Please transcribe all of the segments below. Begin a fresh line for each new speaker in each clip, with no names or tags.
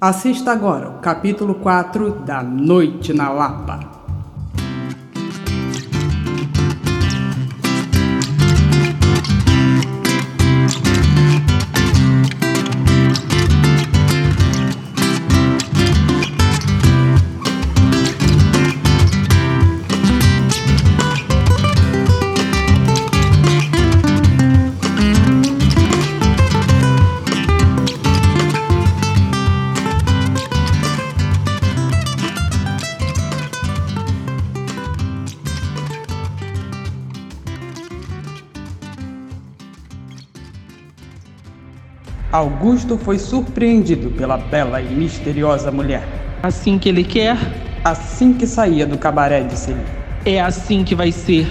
Assista agora o capítulo 4 da Noite na Lapa. Augusto foi surpreendido pela bela e misteriosa mulher.
Assim que ele quer,
Assim que saía do cabaré, disse ele.
é assim que vai ser.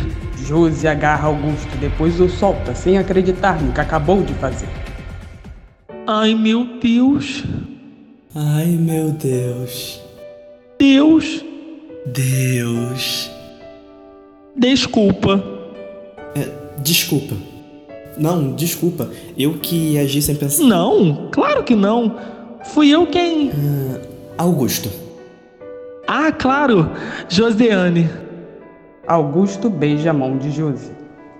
Josi agarra Augusto, depois o solta, sem acreditar no que acabou de fazer.
Ai meu Deus!
Ai meu Deus,
Deus!
Deus.
Desculpa.
Desculpa. Não, desculpa. Eu que agi sem pensar.
Não, claro que não. Fui eu quem.
Augusto.
Ah, claro, Josiane.
Augusto beija a mão de Josi,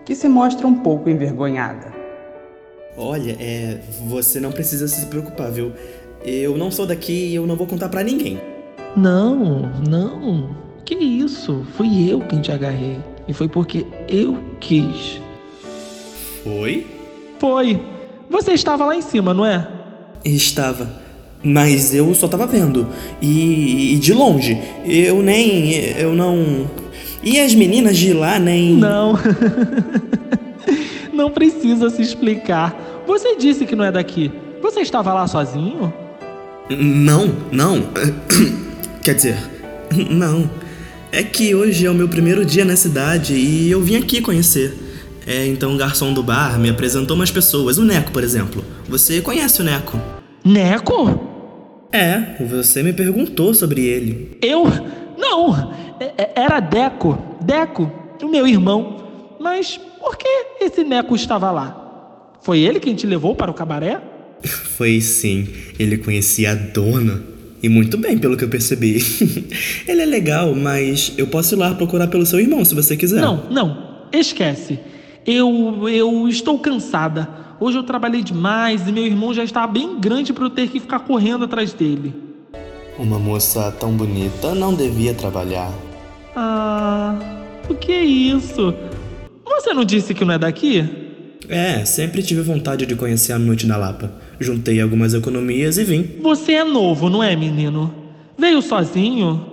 que se mostra um pouco envergonhada.
Olha, é. Você não precisa se preocupar, viu? Eu não sou daqui e eu não vou contar pra ninguém.
Não, não. Que isso? Fui eu quem te agarrei. E foi porque eu quis.
Foi?
Foi. Você estava lá em cima, não é?
Estava. Mas eu só tava vendo. E, e de longe. Eu nem. Eu não. E as meninas de lá nem.
Não. não precisa se explicar. Você disse que não é daqui. Você estava lá sozinho?
Não, não. Quer dizer, não. É que hoje é o meu primeiro dia na cidade e eu vim aqui conhecer. É, então o garçom do bar me apresentou umas pessoas, o Neco, por exemplo. Você conhece o Neco?
Neco?
É, você me perguntou sobre ele.
Eu? Não! É- é- Era Deco. Deco, o meu irmão. Mas por que esse Neco estava lá? Foi ele quem te levou para o cabaré?
Foi sim, ele conhecia a dona. E muito bem, pelo que eu percebi. ele é legal, mas eu posso ir lá procurar pelo seu irmão se você quiser.
Não, não. Esquece. Eu, eu estou cansada. Hoje eu trabalhei demais e meu irmão já está bem grande para eu ter que ficar correndo atrás dele.
Uma moça tão bonita não devia trabalhar.
Ah, o que é isso? Você não disse que não é daqui?
É, sempre tive vontade de conhecer a noite na Lapa. Juntei algumas economias e vim.
Você é novo, não é, menino? Veio sozinho?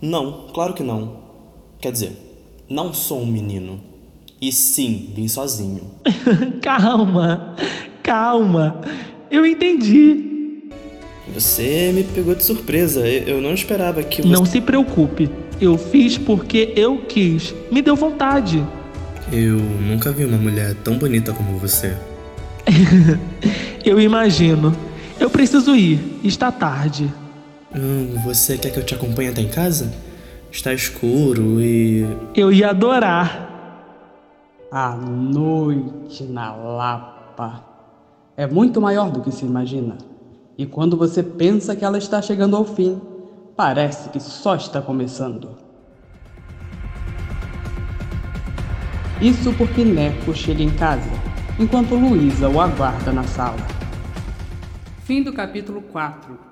Não, claro que não. Quer dizer, não sou um menino. E sim, vim sozinho.
calma, calma. Eu entendi.
Você me pegou de surpresa. Eu eu não esperava que você.
Não se preocupe. Eu fiz porque eu quis. Me deu vontade.
Eu nunca vi uma mulher tão bonita como você.
Eu imagino. Eu preciso ir. Está tarde.
Hum, você quer que eu te acompanhe até em casa? Está escuro e.
Eu ia adorar.
A noite na Lapa é muito maior do que se imagina. E quando você pensa que ela está chegando ao fim, parece que só está começando. Isso porque Neco chega em casa, enquanto Luísa o aguarda na sala. Fim do capítulo 4.